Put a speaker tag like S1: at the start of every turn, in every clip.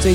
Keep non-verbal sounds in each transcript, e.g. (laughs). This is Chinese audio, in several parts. S1: 最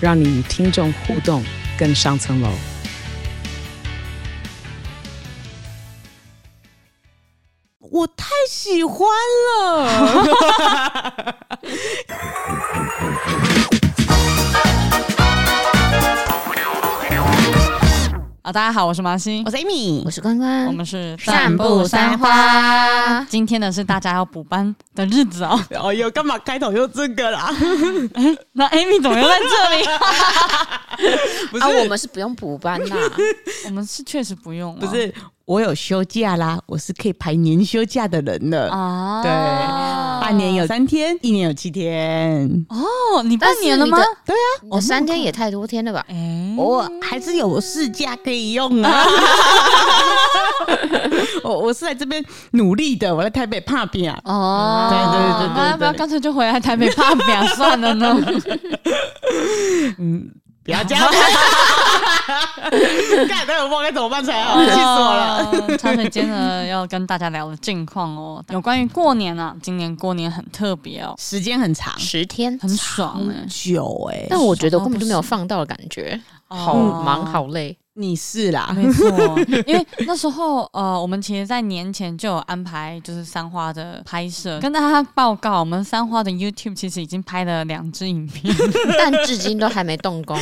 S1: 让你与听众互动更上层楼。
S2: 我太喜欢了。啊，大家好，我是麻心
S3: 我，是 Amy，
S4: 我是关关，
S2: 我们是
S4: 哦散步三花。
S2: 今天呢是大家要补班的日子哦。
S3: (laughs)
S2: (laughs)
S3: 哦哟，干嘛开头就这个啦？
S2: 那 Amy 怎么又在这里？
S3: 不是，
S4: 啊，我们是不用补班啦，
S2: (laughs) 我们是确实不用啊，
S3: 不是，我有休假啦，我是可以排年休假的人了。
S2: 啊？
S3: 对半年有三天，一年有七天，
S2: 哦，你半年了吗
S4: 但是？
S3: 对啊，
S4: (laughs) 我三天也太多天了吧？
S2: 哎，
S3: 我还是有事假可以用啊。 (laughs) 我我是来这边努力的，我在台北怕病啊。
S2: 哦，
S3: 对对对对对对
S2: 那要不要干脆就回来台北怕表算
S3: (laughs)
S2: 了呢？
S3: 不要这样， (laughs) 干，那我忘该怎么办才好，气死我了。
S2: 了！哦茶水间呢，要跟大家聊的近况哦，有关于过年啊，今年过年很特别哦，
S3: 时间很长，
S4: 十天，
S2: 很爽哎、
S3: 久哎、
S4: 但我觉得我根本就没有放到的感觉，好忙好累。
S3: 你是啦，
S2: 没错，因为那时候呃，我们其实，在年前就有安排就是三花的拍摄，跟大家报告，我们三花的 YouTube 其实已经拍了两支影片， (laughs)
S4: 但至今都还没动 (laughs) 工，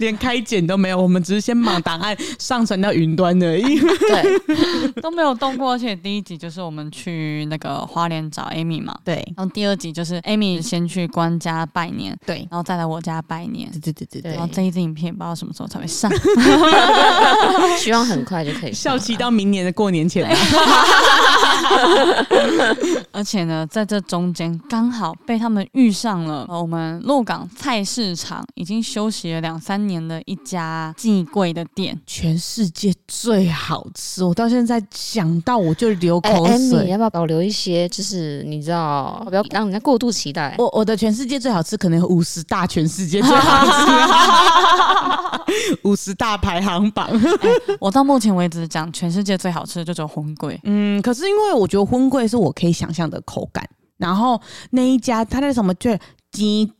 S3: 连开剪都没有，我们只是先把档案上传到云端而已。
S4: 对，
S2: 都没有动过，而且第一集就是我们去那个花莲找 Amy 嘛，
S3: (laughs) 对
S2: 然后第二集就是 Amy 先去关家拜年，
S3: 对
S2: 然后再来我家拜年。
S3: (laughs) 对对对对
S4: 对
S2: 然后这一支影片不知道什么时候才会上，
S4: 希望很快就可以上
S3: 效
S4: 了。
S3: 期到明年的过年前啊啦，
S2: 而且呢，在这中间刚好被他们遇上了呃我们鹿港菜市场已经休息了两三年的一家寄柜的店。
S3: 全世界最好吃，我到现在想到我就流
S4: 哎
S3: 口
S4: ，Amy，
S3: 水。
S4: 要不要保留一些？就是你知道，不要让人家过度期待。
S3: 我我的全世界最好吃，可能有五十大全世界最 (laughs) 好吃，五十大排行榜。
S2: 我到目前为止讲全世界最好吃的就只有红柜，
S3: 嗯，可是因为我觉得荤桂是我可以想象的口感，然后那一家它那什么就鸡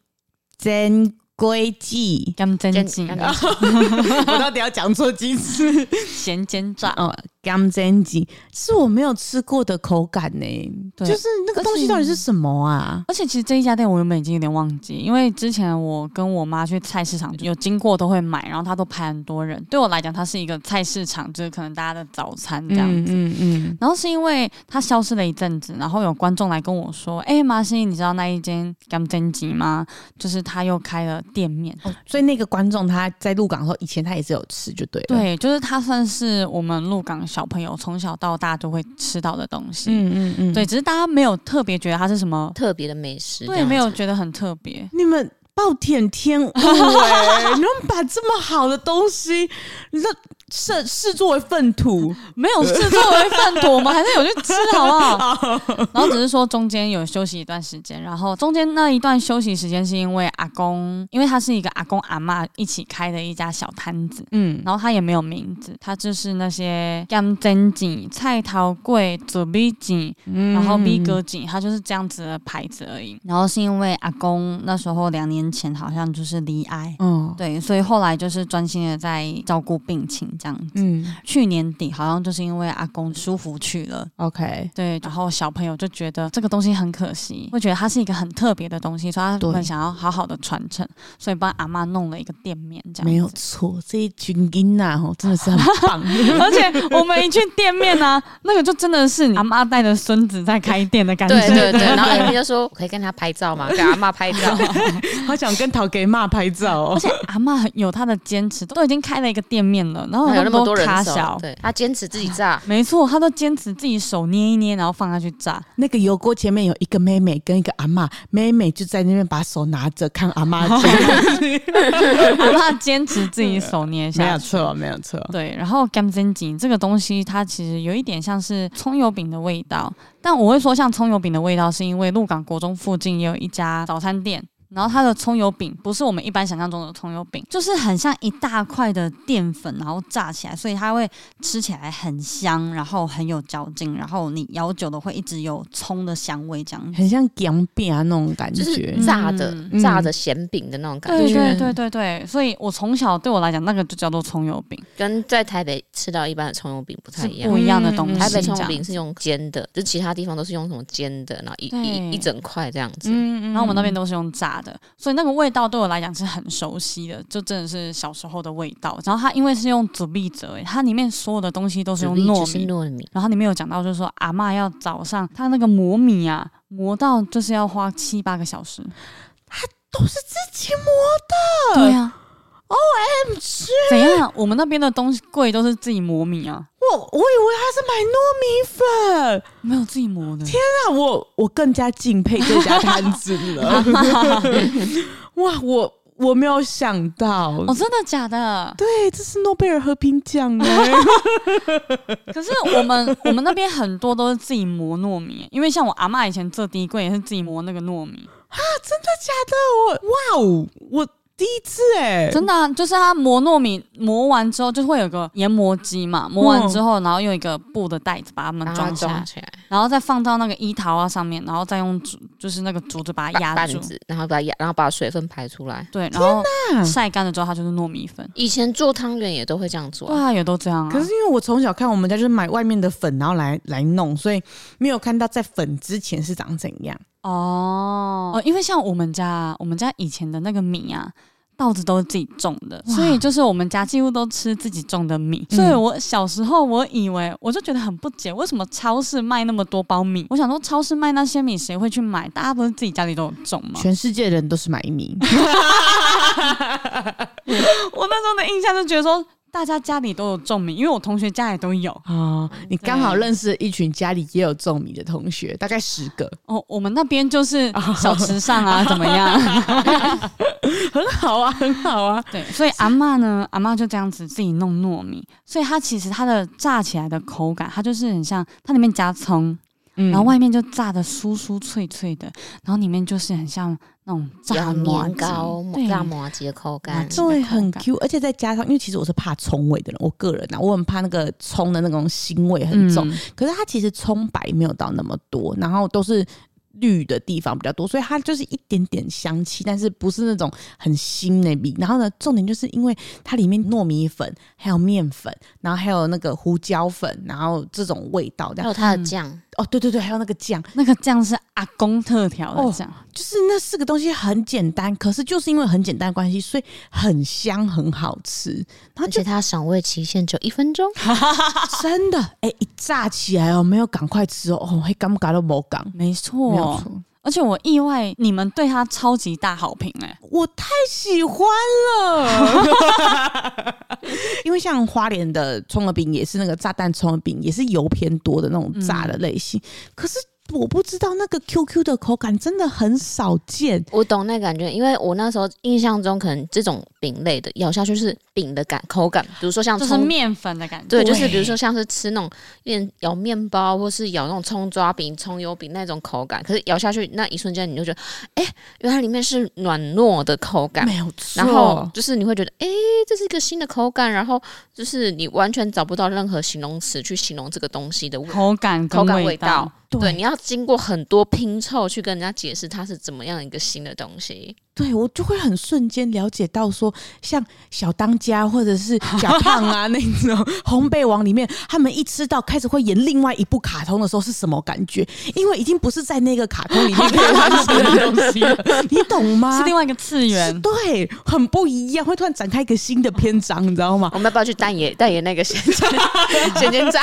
S3: 煎龟记，
S2: 干蒸
S4: 跟
S2: 鸡、啊
S4: 跟
S3: (laughs) 我到底要讲错几次？
S2: 咸煎炸，
S3: (laughs) 哦，干蒸鸡是我没有吃过的口感呢、
S2: 对
S3: 就是那个东西到底是什么啊？
S2: 而且其实这一家店我原本已经有点忘记，因为之前我跟我妈去菜市场有经过都会买，然后她都排很多人。对我来讲，它是一个菜市场，就是可能大家的早餐这样子。
S3: 嗯嗯
S2: 然后是因为它消失了一阵子，然后有观众来跟我说：“哎、麻西，你知道那一间 Gam 蒸鸡吗？就是他又开了店面。
S3: 嗯，所以那个观众他在鹿港的时候，以前他也是有吃，就对了。，
S2: 对，就是它算是我们鹿港小朋友从小到大都会吃到的东西。
S3: 嗯嗯嗯，
S2: 对，。只是大家没有特别觉得它是什么，
S4: 特别的美食，这
S2: 对，
S4: 样
S2: 没有
S4: 子
S2: 觉得很特别。
S3: 你们暴殄天物、欸， (laughs) 你们把这么好的东西，你知道视视作为粪土，
S2: 没有视作为饭
S3: (laughs)
S2: 坨吗？还是有去吃好
S3: 哦
S2: 不
S3: 啊
S2: 好？然后只是说中间有休息一段时间，然后中间那一段休息时间是因为阿公，因为他是一个阿公阿嬷一起开的一家小摊子，
S3: 嗯，
S2: 然后他也没有名字，他就是那些干蒸井、菜头粿、左米井，
S3: 嗯
S2: 然后米哥井，他就是这样子的牌子而已。嗯然后是因为阿公那时候两年前好像就是离癌。
S3: 哦，
S2: 对，所以后来就是专心的在照顾病情这样子。
S3: 嗯
S2: 去年底好像就是因为阿公舒服去了。
S3: ，OK，
S2: 对，然后小朋友就觉得这个东西很可惜，会觉得它是一个很特别的东西，所以他
S3: 对
S2: 们想要好好的传承，所以帮阿妈弄了一个店面这样子。
S3: 没有错，这一群囡呐，吼，真的是很 (laughs) 棒。
S2: (laughs) 而且我们一去店面呢、那个就真的是你阿妈带着孙子在开店的感觉。
S4: 对对对，然后 Amy 就说：“我可以跟他拍照吗？给阿妈拍 (laughs) 照。
S3: (laughs) 好想跟陶给骂拍照
S2: (laughs) 而
S3: 哦。
S2: 且阿妈有她的坚持，都已经开了一个店面了，然后后
S4: 还有那么多人
S2: 卡
S4: 手
S2: 小，，
S4: 哦对他坚持自己炸
S2: 没错，他都坚持自己手捏一捏，然后放下去炸。
S3: (laughs) 那个油锅前面有一个妹妹跟一个阿嬷，妹妹就在那边把手拿着看阿嬷煎，
S2: 阿妈坚持自己手捏
S3: 没有
S2: 下去。
S3: 错， (laughs) 没有错。
S2: 对，然后干蒸锦这个东西，它其实有一点像是葱油饼的味道，但我会说像葱油饼的味道，是因为鹿港国中附近也有一家早餐店，然后它的葱油饼不是我们一般想象中的葱油饼，就是很像一大块的淀粉，然后炸起来，所以它会吃起来很香，然后很有嚼劲，然后你咬久了会一直有葱的香味这样子。
S3: 很像姜饼啊那种感
S4: 就
S3: 觉，
S4: 是炸的、
S2: 嗯
S4: 炸的咸饼的那种感
S2: 对
S4: 觉，
S2: 对对对对，所以我从小对我来讲，那个就叫做葱油饼。
S4: 跟在台北吃到一般的葱油饼不太
S2: 是
S4: 一样
S2: 不。一样的东西。
S3: 嗯
S4: 台北葱
S2: 这
S4: 油
S2: 样
S4: 饼是用煎的，就其他地方都是用什么煎的，然后一
S2: 对
S4: 一一整块这样子。
S3: 嗯
S2: 然后我们那边都是用炸的，所以那个味道对我来讲是很熟悉的，就真的是小时候的味道。然后它因为是用煮米折，欸它里面所有的东西都是用
S4: 主力就
S2: 糯
S4: 是
S2: 米。
S4: 糯米，
S2: 然后里面有讲到，就是说阿嬷要早上她那个磨米啊，磨到就是要花七八个小时。
S3: 都是自己磨的，
S2: 对啊，
S3: ，OM G，
S2: 怎样？啊我们那边的东西柜都是自己磨米啊，
S3: 我我以为他是买糯米粉，
S2: 没有自己磨的。
S3: 那我我更加敬佩这家摊子 (laughs) 了，哇，我我没有想到，
S2: 哦，真的假的？
S3: 对，这是诺贝尔和平奖 (laughs) 哎，
S2: 可是我们我们那边很多都是自己磨糯米，因为像我阿嬷以前做第一柜也是自己磨那个糯米，
S3: 真的假的？我哇哦，我第一次哎，
S2: 真的啊、就是它磨糯米磨完之后，就会有个研磨机嘛，磨
S3: 嗯
S2: 完之后，然后用一个布的袋子把它们
S4: 然后
S2: 装起来
S4: 装，起来，
S2: 然后再放到那个衣桃啊上面，然后再用竹就是那个竹子把它
S4: 把
S2: 压
S4: 板
S2: 住，
S4: 子，然后把它压，然后把水分排出来。
S2: 对，然后
S3: 哪
S2: 晒干了之后，它就是糯米粉。
S4: 以前做汤圆也都会这样做
S2: 对
S4: 啊、
S2: 啊，也都这样啊。
S3: 可是因为我从小看我们家就是买外面的粉，然后来来弄，所以没有看到在粉之前是长怎样。
S2: 哦哦，因为像我们家，我们家以前的那个米啊。稻子都是自己种的，
S3: 哇
S2: 所以就是我们家几乎都吃自己种的米。
S3: 嗯
S2: 所以我小时候我以为我就觉得很不解，为什么超市卖那么多包米？我想说超市卖那些米谁会去买？大家不是自己家里都有种吗？
S3: 全世界的人都是买 (laughs) 米，
S2: 我那时候的印象就觉得说大家家里都有种米，因为我同学家里都有。
S3: 哦，你刚好认识一群家里也有种米的同学，大概十个，
S2: 哦，我们那
S3: (laughs)
S2: 边就是小吃上啊，怎么样？
S3: 很好啊，很好啊。
S2: 对，所以阿嬷呢，阿嬷就这样子自己弄糯米，所以它其实它的炸起来的口感，它就是很像它里面加葱，
S3: 嗯
S2: 然后外面就炸的酥酥脆脆的，然后里面就是很像那种炸
S4: 比较
S2: 麻
S4: 年糕
S2: 对，
S4: 炸麻吉的口感
S2: 麻。糬
S3: 对，很
S2: 口感
S3: Q，而且再加上，因为其实我是怕葱味的人，我个人啊，我很怕那个葱的那种腥味很重。
S2: 嗯
S3: 可是它其实葱白没有到那么多，然后都是绿的地方比较多，所以它就是一点点香气，但是不是那种很腥的米。然后呢，重点就是因为它里面糯米粉、还有面粉，然后还有那个胡椒粉，然后这种味道这样。
S4: 还有它的
S2: 嗯
S4: 酱，
S3: 哦，对对对，还有那个酱，
S2: 那个酱是阿公特调的
S3: 哦
S2: 酱，
S3: 就是那四个东西很简单，可是就是因为很简单的关系，所以很香，很好 (laughs) 吃。然后
S4: 而
S3: 就
S4: 且它赏味期限只有一分钟，
S3: 真的，哎、一炸起来哦，没有赶快吃哦，哦，还敢不敢都没敢。
S2: 没
S3: 没
S2: 错
S3: 有，错，
S2: 而且我意外你们对它超级大好评哎、
S3: 我太喜欢了， (laughs) 因为像花莲的葱油饼也是那个炸弹葱油饼，也是油偏多的那种炸的类型。可是我不知道那个 QQ 的口感真的很少见，
S4: 我懂那感觉，因为我那时候印象中，可能这种饼类的咬下去是饼的感口感，比如说像
S2: 就是
S4: 葱，
S2: 面粉的感觉，
S4: 对，
S3: 对
S4: 就是比如说像是吃那种面咬面包，或是咬那种葱抓饼、葱油饼那种口感，可是咬下去那一瞬间，你就觉得，哎、原来里面是软糯的口感。
S3: 没有错。
S4: 然后就是你会觉得，哎、这是一个新的口感，然后就是你完全找不到任何形容词去形容这个东西的味
S2: 口感跟
S4: 口感
S2: 味
S4: 味道
S2: (laughs) 道。
S3: 对
S4: 对，你要经过很多拼凑去跟人家解释它是怎么样一个新的东西。
S3: 对我就会很瞬间了解到说，像小当家或者 (laughs) 是小胖啊那种 (laughs) 烘焙王里面，他们一吃到开始会演另外一部卡通的时候是什么感觉？因为已经不是在那个卡通里面可以完成 (laughs) 的
S2: (laughs)
S3: 东西了，你懂吗？
S2: 是另外一个次元，
S3: 对，很不一样，会突然展开一个新的篇章，你知道 (laughs) 吗？
S4: 我们要不要去代言代言那个咸煎咸煎炸？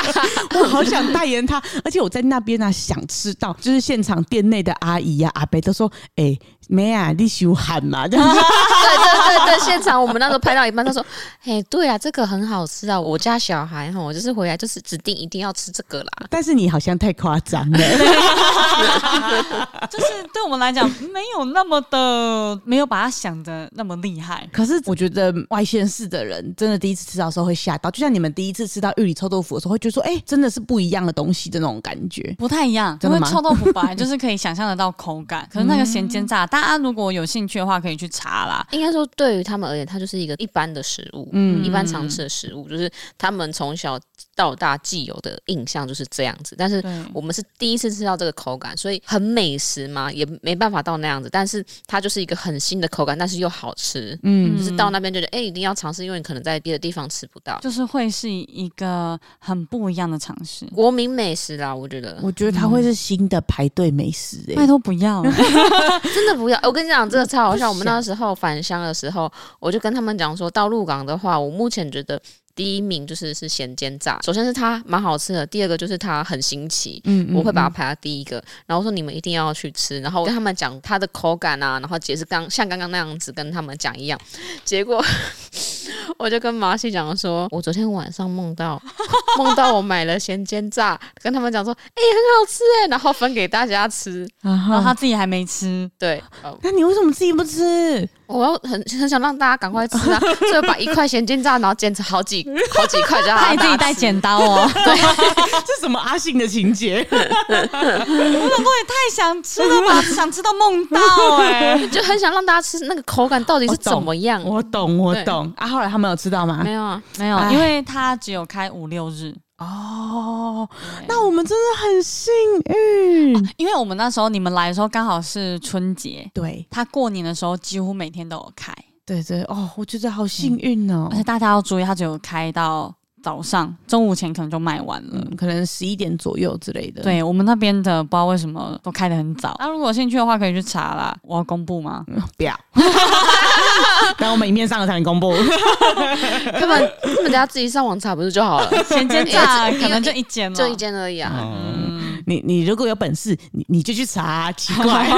S3: 我好想代言它，而且我在那边呢、想吃到，就是现场 (laughs) 店内的阿姨呀、啊、阿伯都说：“哎、妹啊，你修喊嘛。”这样子，
S4: 对对对在现场，我们那时候拍到一半，他说：“嘿，对啊，这个很好吃啊，我家小孩哈，我就是回来就是指定一定要吃这个啦。
S3: 但是你好像太夸张了，
S2: 就是对我们来讲没有那么的，没有把它想的那么厉害。
S3: (laughs) 可是我觉得外县市的人真的第一次吃到的时候会吓到，就像你们第一次吃到玉里臭豆腐的时候，会觉得说，哎、真的是不一样的东西的那种感觉。
S2: 不太一样，因
S3: 真的
S2: 为
S3: 吗
S2: 臭豆腐 (laughs) 本来就是可以想象得到口感，可是那个咸煎炸，大家如果有兴趣的话，可以去查啦。
S4: 应该说，对于他们而言，它就是一个一般的食物，
S3: 嗯
S4: 一般常吃的食物，就是他们从小到大既有的印象就是这样子。但是
S2: 对
S4: 我们是第一次吃到这个口感，所以很美食嘛，也没办法到那样子。但是它就是一个很新的口感，但是又好吃。
S3: 嗯
S4: 就是到那边就觉得，哎、一定要尝试，因为你可能在别的地方吃不到
S2: 就是会是一个很不一样的尝试。
S4: 国民美食啦。我觉得
S3: 我觉得它会是新的排队美食、
S2: 拜
S3: 哎，
S2: 托不 (laughs) 要了，
S4: 真的不要，我跟你讲，这个超好笑。
S3: 我
S4: 我
S3: 嗯不想啊
S4: 们那时候返乡的时候，我就跟他们讲说，到鹿港的话，我目前觉得第一名就是是咸煎炸，首先是它蛮好吃的，第二个就是它很新奇。
S3: 嗯
S4: 我会把它排在第一个，然后说你们一定要去吃，然后我跟他们讲它的口感啊，然后解释刚像刚刚那样子跟他们讲一样，结果 (laughs) 我就跟马西讲说，我昨天晚上梦到 (laughs) 梦到我买了咸煎炸，跟他们讲说，哎、很好吃哎、然后分给大家吃，
S2: 然后
S3: 啊
S2: 他
S3: 哈。
S2: 自己还没 (laughs) 吃，
S4: 对，呃
S3: (laughs) 那你为什么自己 (laughs) 不吃？
S4: 我要很很想让大家赶快吃
S2: (laughs)
S4: 啊，所以我把一块咸煎炸，然后煎成好几好几块，然后
S2: 他还自己带剪刀 (laughs) 哦，
S3: 这什么阿信的情节？
S2: 太想吃了吧，想吃到梦到哎、
S4: 就很想让大家吃那个口感到底是怎么样。
S3: 我懂，我
S4: 对
S3: 懂。啊，后来他们有吃到吗
S4: 没？有啊，
S2: (laughs) 没有，
S3: 哎
S2: 因为他只有开五六日。
S3: 哦，
S2: 对
S3: 那我们真的很幸运。
S2: 因为我们那时候你们来的时候刚好是春节，
S3: 对
S2: 他过年的时候几乎每天都有开，
S3: 对对，哦，我觉得好幸运哦
S2: 而。且大家要注意，他只有开到早上，中午前可能就卖完了。
S3: 嗯，可能十一点左右之类的。，
S2: 对我们那边的不知道为什么都开得很
S3: 嗯
S2: 早，那、如果有兴趣的话可以去查啦。我要公布吗？
S3: 不要。等我们影片上了才能公布。 (laughs)
S4: 根本根本等下自己上网查不是就好了，
S2: 咸煎炸可能就一间
S3: (laughs)
S2: 了，
S4: 就一间而已啊。
S2: 嗯，
S3: 你你如果有本事，你你就去查，奇 (laughs) 怪。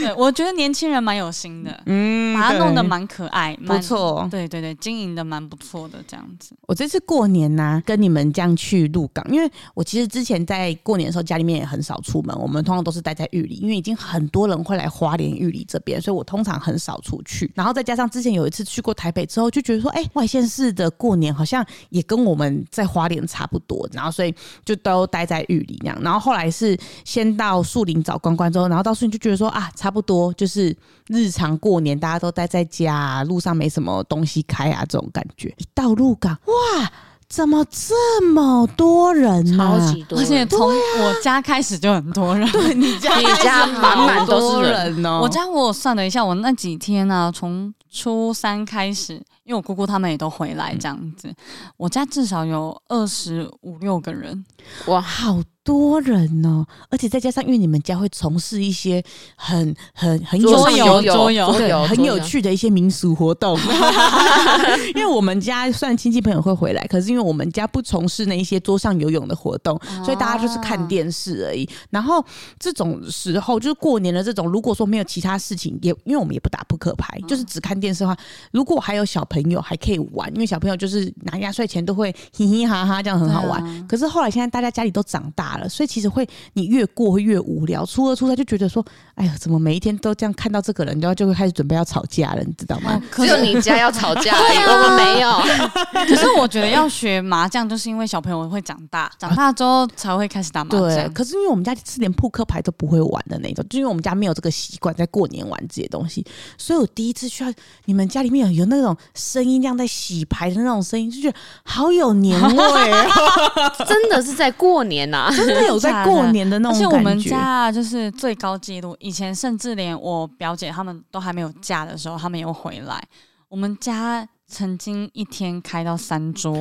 S2: 对，我觉得年轻人蛮有心的，
S3: 嗯
S2: 把它弄得
S3: 对
S2: 蛮可爱，
S3: 不
S2: 蛮。
S3: 错。
S2: 对对对，经营的蛮不错的这样子。
S3: 我这次过年呐、跟你们这样去鹿港，因为我其实之前在过年的时候，家里面也很少出门，我们通常都是待在玉里，因为已经很多人会来花莲玉里这边，所以我通常很少出去。然后再加上之前有一次去过台北之后，就觉得说，哎、外县市的过年好像也跟我们在花莲差不多，然后所以就都待在玉里那样。然后后来是先到树林找关关之后，然后到树林就觉得说啊，差不多就是日常过年大家都待在家、啊，路上没什么东西开啊，这种感觉。一到鹿港，哇，怎么这么多人啊呢、
S4: 超级多
S2: 而
S4: 人，
S2: 且从我家开始就很多
S3: (laughs)
S2: 人，
S3: 对你家
S4: 你家满满都是人
S3: 人哦
S2: 我家我算了一下，我那几天呢、从初三开始，因为我姑姑他们也都回来这样子，我家至少有二十五六个人。
S4: 哇，
S3: 好多人哦，而且再加上因为你们家会从事一些很很很有
S4: 桌上
S2: 游
S4: 游
S2: 桌游
S4: 游，桌
S3: 对，
S4: 游
S3: 很有。趣的一些民俗活
S2: (laughs)
S3: 动。因为我们家虽然亲戚朋友会回来，可是因为我们家不从事那一些桌上游泳的活动，所以大家就是
S4: 哦
S3: 看电
S2: 啊
S3: 视而已。然后这种时候就是过年的这种，如果说没有其他事情，也因为我们也不打扑克牌，
S2: 嗯
S3: 就是只看电视的话，如果还有小朋友还可以玩，因为小朋友就是拿压岁钱都会嘻嘻哈哈，这样很好玩。
S2: 对啊
S3: 可是后来现在大家家里都长大了，所以其实会你越过会越无聊。初二初三就觉得说，哎呀，怎么每一天都这样看到这个人，然后就会开始准备要吵架了，你知道吗？
S2: 哦可
S4: 只有
S2: 是，啊
S4: 你家要吵
S2: (laughs)
S4: 架而已，我们没有。
S2: 可是我觉得要学麻将，就是因为小朋友会长大，长大之后才会开始打麻
S3: 对，
S2: 将。
S3: 可是因为我们家是连扑克牌都不会玩的那种，就因为我们家没有这个习惯，在过年玩这些东西，所以我第一次去到你们家里面有有那种声音，这样在洗牌的那种声音，就觉得好有年味、 (laughs) 哦，
S4: 真的是在过年啊
S2: (laughs)
S4: 呐、
S3: 真的有在过年的那
S2: 而
S3: 种
S2: 且
S3: 感觉。
S2: 我们家啊就是最高纪录，以前甚至连我表姐他们都还没有嫁的时候，他们也会回来。我们家曾经一天开到三桌，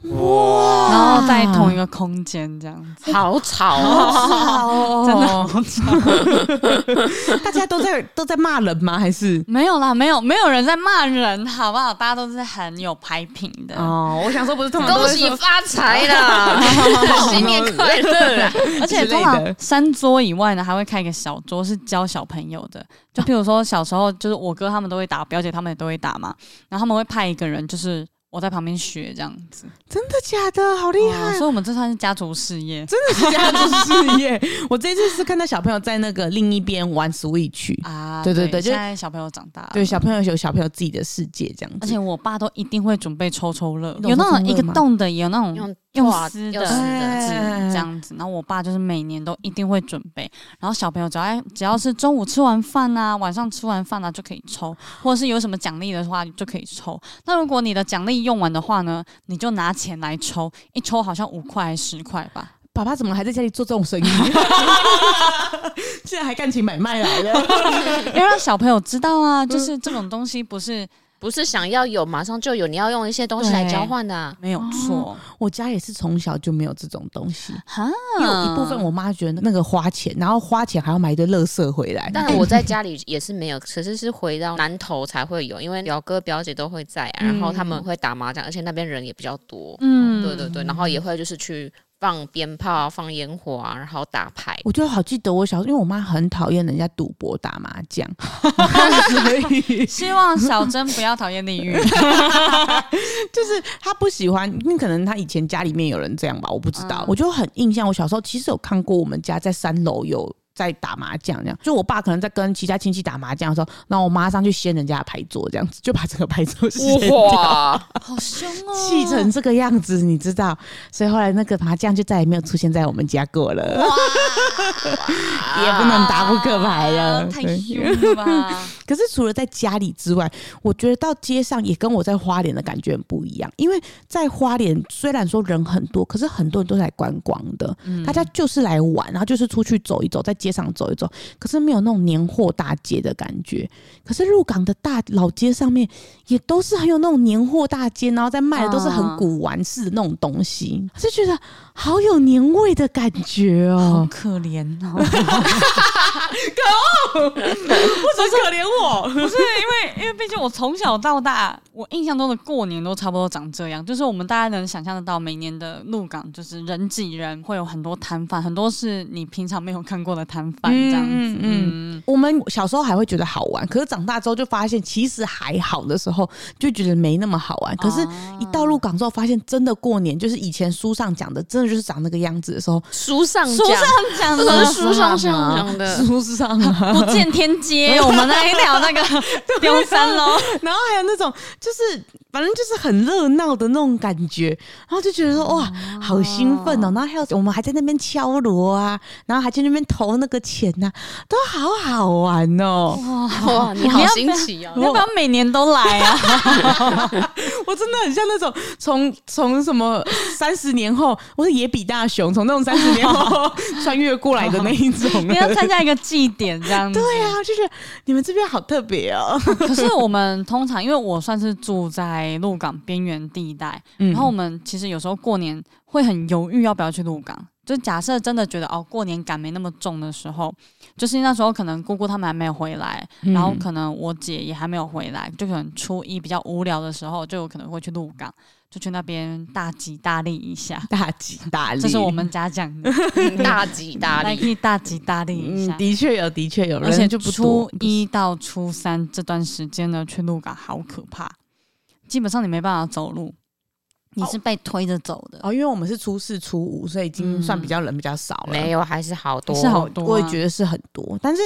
S2: 然后在同一个空间这样子，
S4: 好吵
S3: 好
S4: 哦！
S3: 吵哦，
S2: 真的好吵。
S3: (laughs) 大家都在都在骂人吗？还是？
S2: 没有啦，没有，没有人在骂人，好不好？大家都是很有排品的。
S3: 哦，我想说不是通常都
S4: (laughs) 恭
S3: 会
S4: 喜
S3: 说
S4: 发财
S2: (laughs)
S4: 啦，新年快乐啊啦！
S2: 而且
S3: 之类
S2: 通
S3: 的
S2: 常三桌以外呢，还会开一个小桌是教小朋友的。就譬如说小时候，就是我哥他们都会打，表姐他们也都会打嘛。然后他们会派一个人，就是我在旁边学这样子。
S3: 真的假的，好厉
S2: 哇
S3: 害
S2: 所以我们这算是家族事业
S3: 真的是家族事业。我这次是看到小朋友在那个另一边玩 Switch，、
S2: 啊！
S3: 对对对就
S2: 现在小朋友长大了，
S3: 对，小朋友有小朋友自己的世界这样子。
S2: 而且我爸都一定会准备抽抽乐，
S3: 你懂
S2: 有那
S3: 抽抽
S2: 种
S3: 乐
S2: 一个
S3: 吗
S2: 洞的，也有那种
S4: 用
S2: (laughs) 用
S4: 哇
S2: 撕
S4: 用
S2: 的
S4: 撕
S3: 哎
S4: 的
S2: 纸
S3: 嗯
S2: 这样子。然后我爸就是每年都一定会准备，然后小朋友只要哎只要是中午吃完饭啊，晚上吃完饭啊就可以抽，或者是有什么奖励的话就可以抽。那如果你的奖励用完的话呢，你就拿钱来抽，一抽好像五块还是十块吧。
S3: 爸爸怎么还在家里做这种生意？ (laughs) 现在还干起买卖啊来了。
S2: 要让小朋友知道啊，就是这种东西不是
S4: 不是想要有马上就有，你要用一些东西来交换的啊、
S2: 没有错
S3: (laughs) 我家也是从小就没有这种东西，
S2: 哈，
S3: 因为有一部分我妈觉得那个花钱，然后花钱还要买一堆垃圾回来。
S4: 但我在家里也是没有，可是是回到南头才会有，因为表哥表姐都会在、啊，然后他们会打麻将，而且那边人也比较多。
S2: 嗯
S4: 对对对，然后也会就是去放鞭炮、啊、放烟火啊，然后打 (laughs) 牌。
S3: 我就好记得我小时候，因为我妈很讨厌人家赌博、打麻将，所以
S2: 希望小珍不要讨厌
S3: (laughs)
S2: 地狱。
S3: 就是她不喜欢。因为可能她以前家里面有人这样吧，我不知道。
S2: 嗯
S3: 我就很印象，我小时候其实有看过我们家在三楼有。在打麻将，这样就我爸可能在跟其他亲戚打麻将的时候，然后我妈上去掀人家的牌桌，这样子就把整个牌桌掀掉。
S4: 哇！
S2: 好凶哦！
S3: 气成这个样子，你知道，所以后来那个麻将就再也没有出现在我们家过了， (laughs) 也不能打扑克牌了。
S2: 啊太
S3: 对
S2: 凶了吧？
S3: 可是除了在家里之外，我觉得到街上也跟我在花莲的感觉很不一样，因为在花莲虽然说人很多，可是很多人都是来观光的，大家就是来玩，然后就是出去走一走，在街上走一走，可是没有那种年货大街的感觉。可是鹿港的大老街上面也都是很有那种年货大街，然后在卖的都是很古玩式的那种东西，我就觉得好有年味的感觉
S2: 好
S3: 哦、
S2: 可怜哦！可恶！为什么可怜我？不是因为，因为毕竟我从小到大，我印象中的过年都差不多长这样，就是我们大家能想象得到，每年的鹿港就是人挤人，会有很多摊贩，很多是你平常没有看过的摊贩这样子。
S3: 嗯嗯
S2: 嗯，
S3: 我们小时候还会觉得好玩，可是长大之后就发现其实还好的时候，就觉得没那么好玩。可是，一到入港之后，发现真的过年就是以前书上讲的，真的就是长那个样子的时候，
S4: (laughs) 书上
S2: 书上讲
S4: 这都
S2: 的
S4: 是 (laughs) 书上讲的，
S3: 书上啊，
S2: 不见天街，我们那一条那个丢山喽。
S3: 然后还哎有那种就是反正就是很热闹的那种感觉，然后就觉得说哇，好兴奋哦！然后还有我们还在那边敲锣啊，然后还去那边投那个钱呐、都好好玩哦。
S4: (laughs) 哇，你好新奇哦！
S2: 你
S4: (laughs)
S2: 要不要每年都来啊？ (laughs)
S3: 我真的很像那种从从什么三十年后，我是野比大雄，从那种三十年
S2: (laughs)
S3: 后穿越过来的那一种。
S2: 你要参加一个祭典这样子。
S3: 对啊，就是你们这边好特别哦。
S2: (laughs) 可是我们通常，因为我算是住在鹿港边缘地带，
S3: 嗯
S2: 然后我们其实有时候过年会很犹豫要不要去鹿港。就假设真的觉得哦，过年感没那么重的时候，就是那时候可能姑姑他们还没有回来，
S3: 嗯
S2: 然后可能我姐也还没有回来，就可能初一比较无聊的时候，就有可能会去鹿港，就去那边大吉大利一下。
S3: 大吉大利，
S2: 这是我们家讲的，
S4: 嗯大吉大
S2: 来
S4: 利，
S2: 可以大吉大利一下
S3: 嗯，。的确有，的确有，
S2: 而且
S3: 人就不多
S2: 初一到初三这段时间呢，去鹿港好可怕，基本上你没办法走路，你是被推着走的。
S3: 哦哦，因为我们是初四初五，所以已经
S2: 嗯
S3: 算比较人比较少了。
S4: 没有，还是好多，
S2: 是好多啊
S3: 我也觉得是很多，但是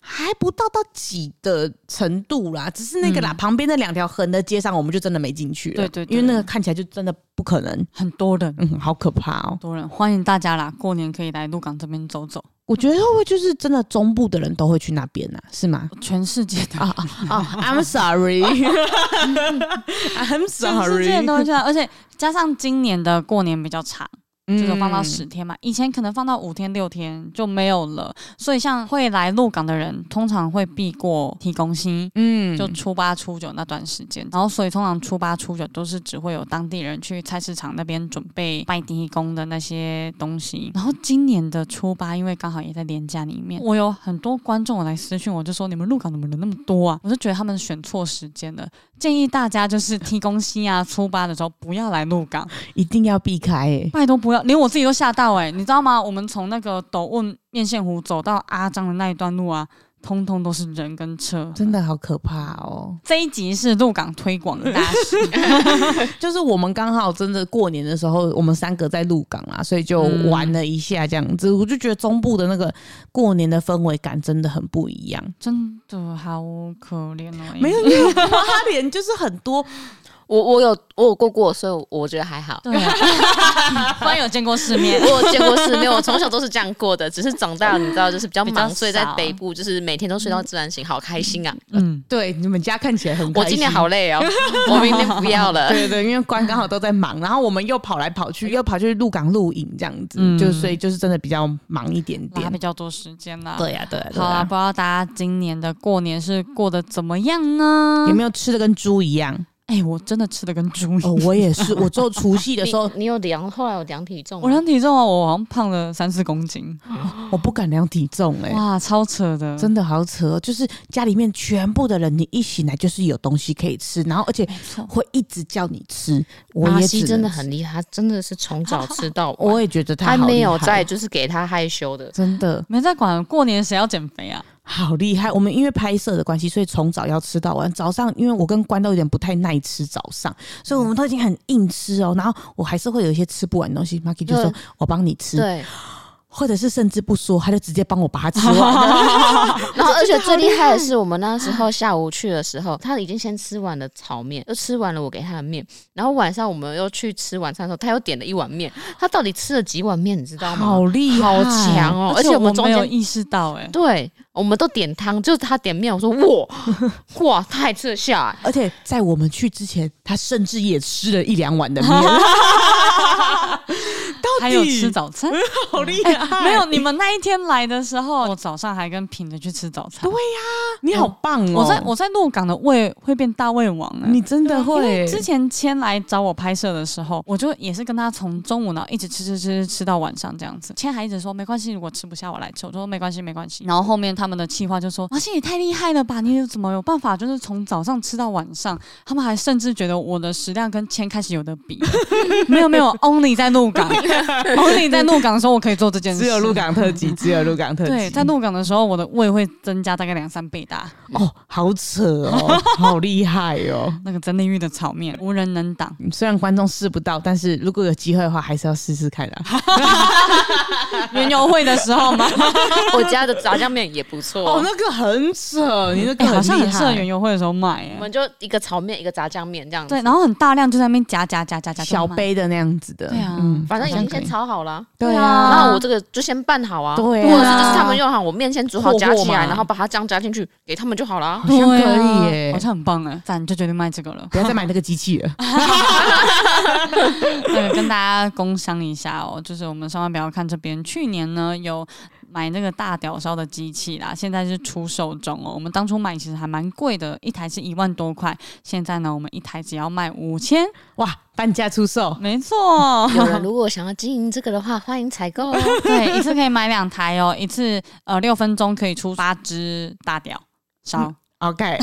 S3: 还不到到几的程度啦。只是那个啦，
S2: 嗯
S3: 旁边那两条横的街上，我们就真的没进去了。
S2: 对对对
S3: 因为那个看起来就真的不可能。
S2: 很多人，很
S3: 嗯，好可怕哦。
S2: 多人，欢迎大家啦！过年可以来鹿港这边走走，
S3: 我觉得会不会就是真的中部的人都会去那边呢、啊？是
S2: (laughs)
S3: 吗？
S2: 全世界的
S3: 啊
S2: (laughs)
S3: 啊、i m sorry，I'm
S2: 全世界
S3: sorry，
S2: 都会去啊，而且加上今年的过年比较长，
S3: 嗯
S2: 就有放到十天嘛，以前可能放到五天六天就没有了，所以像会来鹿港的人，通常会避过提供薪，
S3: 嗯
S2: 就初八初九那段时间，然后所以通常初八初九都是只会有当地人去菜市场那边准备拜地公的那些东西。然后今年的初八，因为刚好也在年假里面，我有很多观众来私讯我，就说你们鹿港怎么人那么多啊？我就觉得他们选错时间了，建议大家就是提供薪啊，初八的时候不要来鹿港，
S3: 一定要避开、欸。
S2: 拜托不要，连我自己都吓到哎、你知道吗？我们从那个斗问面线湖走到阿张的那一段路啊。通通都是人跟车，
S3: 真的好可怕哦！
S2: 这一集是鹿港推广的大使，
S3: (laughs) 就是我们刚好真的过年的时候，我们三个在鹿港啊，所以就
S2: 嗯
S3: 玩了一下这样子。我就觉得中部的那个过年的氛围感真的很不一样。
S2: 真的好可怜哦。
S3: 没有，因为花莲就是很多
S4: 我我有我有过过，所以我觉得还好。
S2: 对啊， (laughs) 突然有见过世
S4: (laughs)
S2: 面，
S4: 我有见过世面，我从小都是这样过的，只是长大了你知道，就是比较
S2: 比较
S4: 忙，所以在
S2: 少
S4: 北部就是每天都睡到自然醒，好开心啊！
S2: 嗯，
S3: 对，你们家看起来很
S4: 我
S3: 开
S4: 今天
S3: 心
S4: 好累 (laughs) 哦，我明天不要了。
S3: 对对，因为关刚好都在忙，然后我们又跑来跑去，又跑去鹿港露营这样子，
S2: 嗯
S3: 就所以就是真的比较忙一点
S2: 花
S3: 点
S2: 比。较多时间啦。
S3: 对呀、对呀、对
S2: 好啊，
S3: 呀、
S2: 不知道大家今年的过年是过得怎么样呢？
S3: 有没有吃的跟猪一样？
S2: 哎、我真的吃的跟猪一
S3: 哦
S2: 样。，
S3: 我也是，我做除夕的时 (laughs) 候，
S4: 你有量，后来有量体重吗
S2: 我量体重啊，我好像胖了三四公斤，
S3: 我不敢量体重哎、
S2: 哇，超扯的，
S3: 真的好扯哦，就是家里面全部的人，你一醒来就是有东西可以吃，然后而且
S2: 没错。
S3: 会一直叫你吃。我
S4: 阿
S3: 也
S4: 嗯西
S3: 只
S4: 真的
S3: 能吃
S4: 很，厉害，他真的是从早吃到晚，
S3: 我也觉得他
S4: 他
S3: 好
S4: 没
S3: 厉
S4: 有
S3: 害
S4: 在，嗯就是给他害羞的。
S3: 真的
S2: 没在管过年谁要减肥啊？
S3: 好厉害。我们因为拍摄的关系，所以从早要吃到晚。早上因为我跟关都有点不太耐吃早上，所以我们都已经很硬吃哦。然后我还是会有一些吃不完的东西，Marky 就说
S4: 对
S3: 我帮你吃，
S4: 对，
S3: 或者是甚至不说，他就直接帮我把它吃完。
S4: (laughs) 然后而且最厉害的是，我们那时候下午去的时候，他已经先吃完了炒面，又吃完了我给他的面，然后晚上我们又去吃晚餐的时候，他又点了一碗面，他到底吃了几碗面，你知道吗？
S3: 好厉害，
S4: 好强哦！而且我
S2: 我
S4: 们中
S2: 没有
S4: 间
S2: 意识到、哎，
S4: 对，我们都点汤，就是他点面，我说哇 (laughs) 哇，他还吃得下、
S3: (laughs)
S4: 欸。
S3: 而且在我们去之前，他甚至也吃了一两碗的
S2: (laughs)
S3: 面。
S2: 还有吃早餐，哎
S3: 好厉害、
S2: 没有，你们那一天来的时候，我早上还跟品着去吃早餐。
S3: 你好棒哦！
S2: 我在我在鹿港的胃会变大胃王哎、
S3: 你真的
S2: 因为
S3: 会
S2: 之前千来找我拍摄的时候，我就也是跟他从中午然后一直吃吃吃吃到晚上这样子。千还一直说没关系，如果吃不下我来吃，我就说没关系没关系。然后后面他们的企划就说：“阿信也太厉害了吧，你怎么有办法就是从早上吃到晚上？”他们还甚至觉得我的食量跟千开始有的
S3: (laughs)
S2: 比。没有没有，Only 在鹿港，Only 在鹿港的时候我可以做这件事。
S3: 只有鹿港特辑，只有鹿港特辑。
S2: 嗯对，在鹿港的时候我的胃会增加大概两三倍大。
S3: 哦，好扯
S2: (laughs)
S3: 哦，好厉害哦！
S2: 那个真地狱的炒面无人能挡。
S3: 虽然观众试不到，但是如果有机会的话，还是要试试看啊啦。
S2: 园游会的时候
S3: (laughs)
S2: 吗？
S4: 我家的炸酱面也不错、
S3: 哦，那个很扯，你那个
S2: 哎，
S3: 很
S2: 好像
S3: 厉
S2: 很适合
S3: 害
S2: 园游会的时候买
S4: 我
S2: 耶。
S4: 们就一个炒面，一个炸酱面这样子。
S2: 对，然后很大量就在那边夹夹夹夹夹，
S3: 小
S2: 就卖。
S3: 杯的那样子的。嗯
S2: 对啊
S4: 反正已
S3: 好像
S4: 经
S3: 可以
S4: 先炒好了，
S3: 对
S2: 啊
S3: 啊，
S4: 然后我这个就先拌好啊。
S3: 对啊
S4: 或者是就是他们用好，我面先煮好
S3: 和
S4: 夹起
S3: 和嘛
S4: 来，然后把它这样加进去，给他们就好了啊。
S3: 好像
S2: 对啊
S3: 可以耶
S2: 好像很棒哎，咱就决定卖这个了。 (laughs)
S3: 不要再买那个机器了。
S2: 那个跟大家工商一下哦，就是我们上万不要看这边，去年呢有。买那个大屌烧的机器啦，现在是出售中哦。我们当初买其实还蛮贵的，一台是一万多块，现在呢我们一台只要卖五千，
S3: 哇，半价出售，
S2: 没错。
S4: 有人如果想要经营这个的话，欢迎采
S3: (laughs)
S4: 购哦。
S2: (laughs) 对，一次可以买两台哦，一次呃六分钟可以出八只大屌
S3: 嗯
S2: 烧。
S3: OK，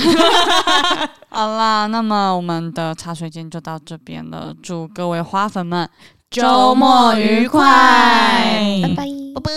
S2: 好啦，那么我们的茶水间就到这边了，祝各位花粉们
S3: 周末愉快
S4: 拜拜。
S3: 啵啵。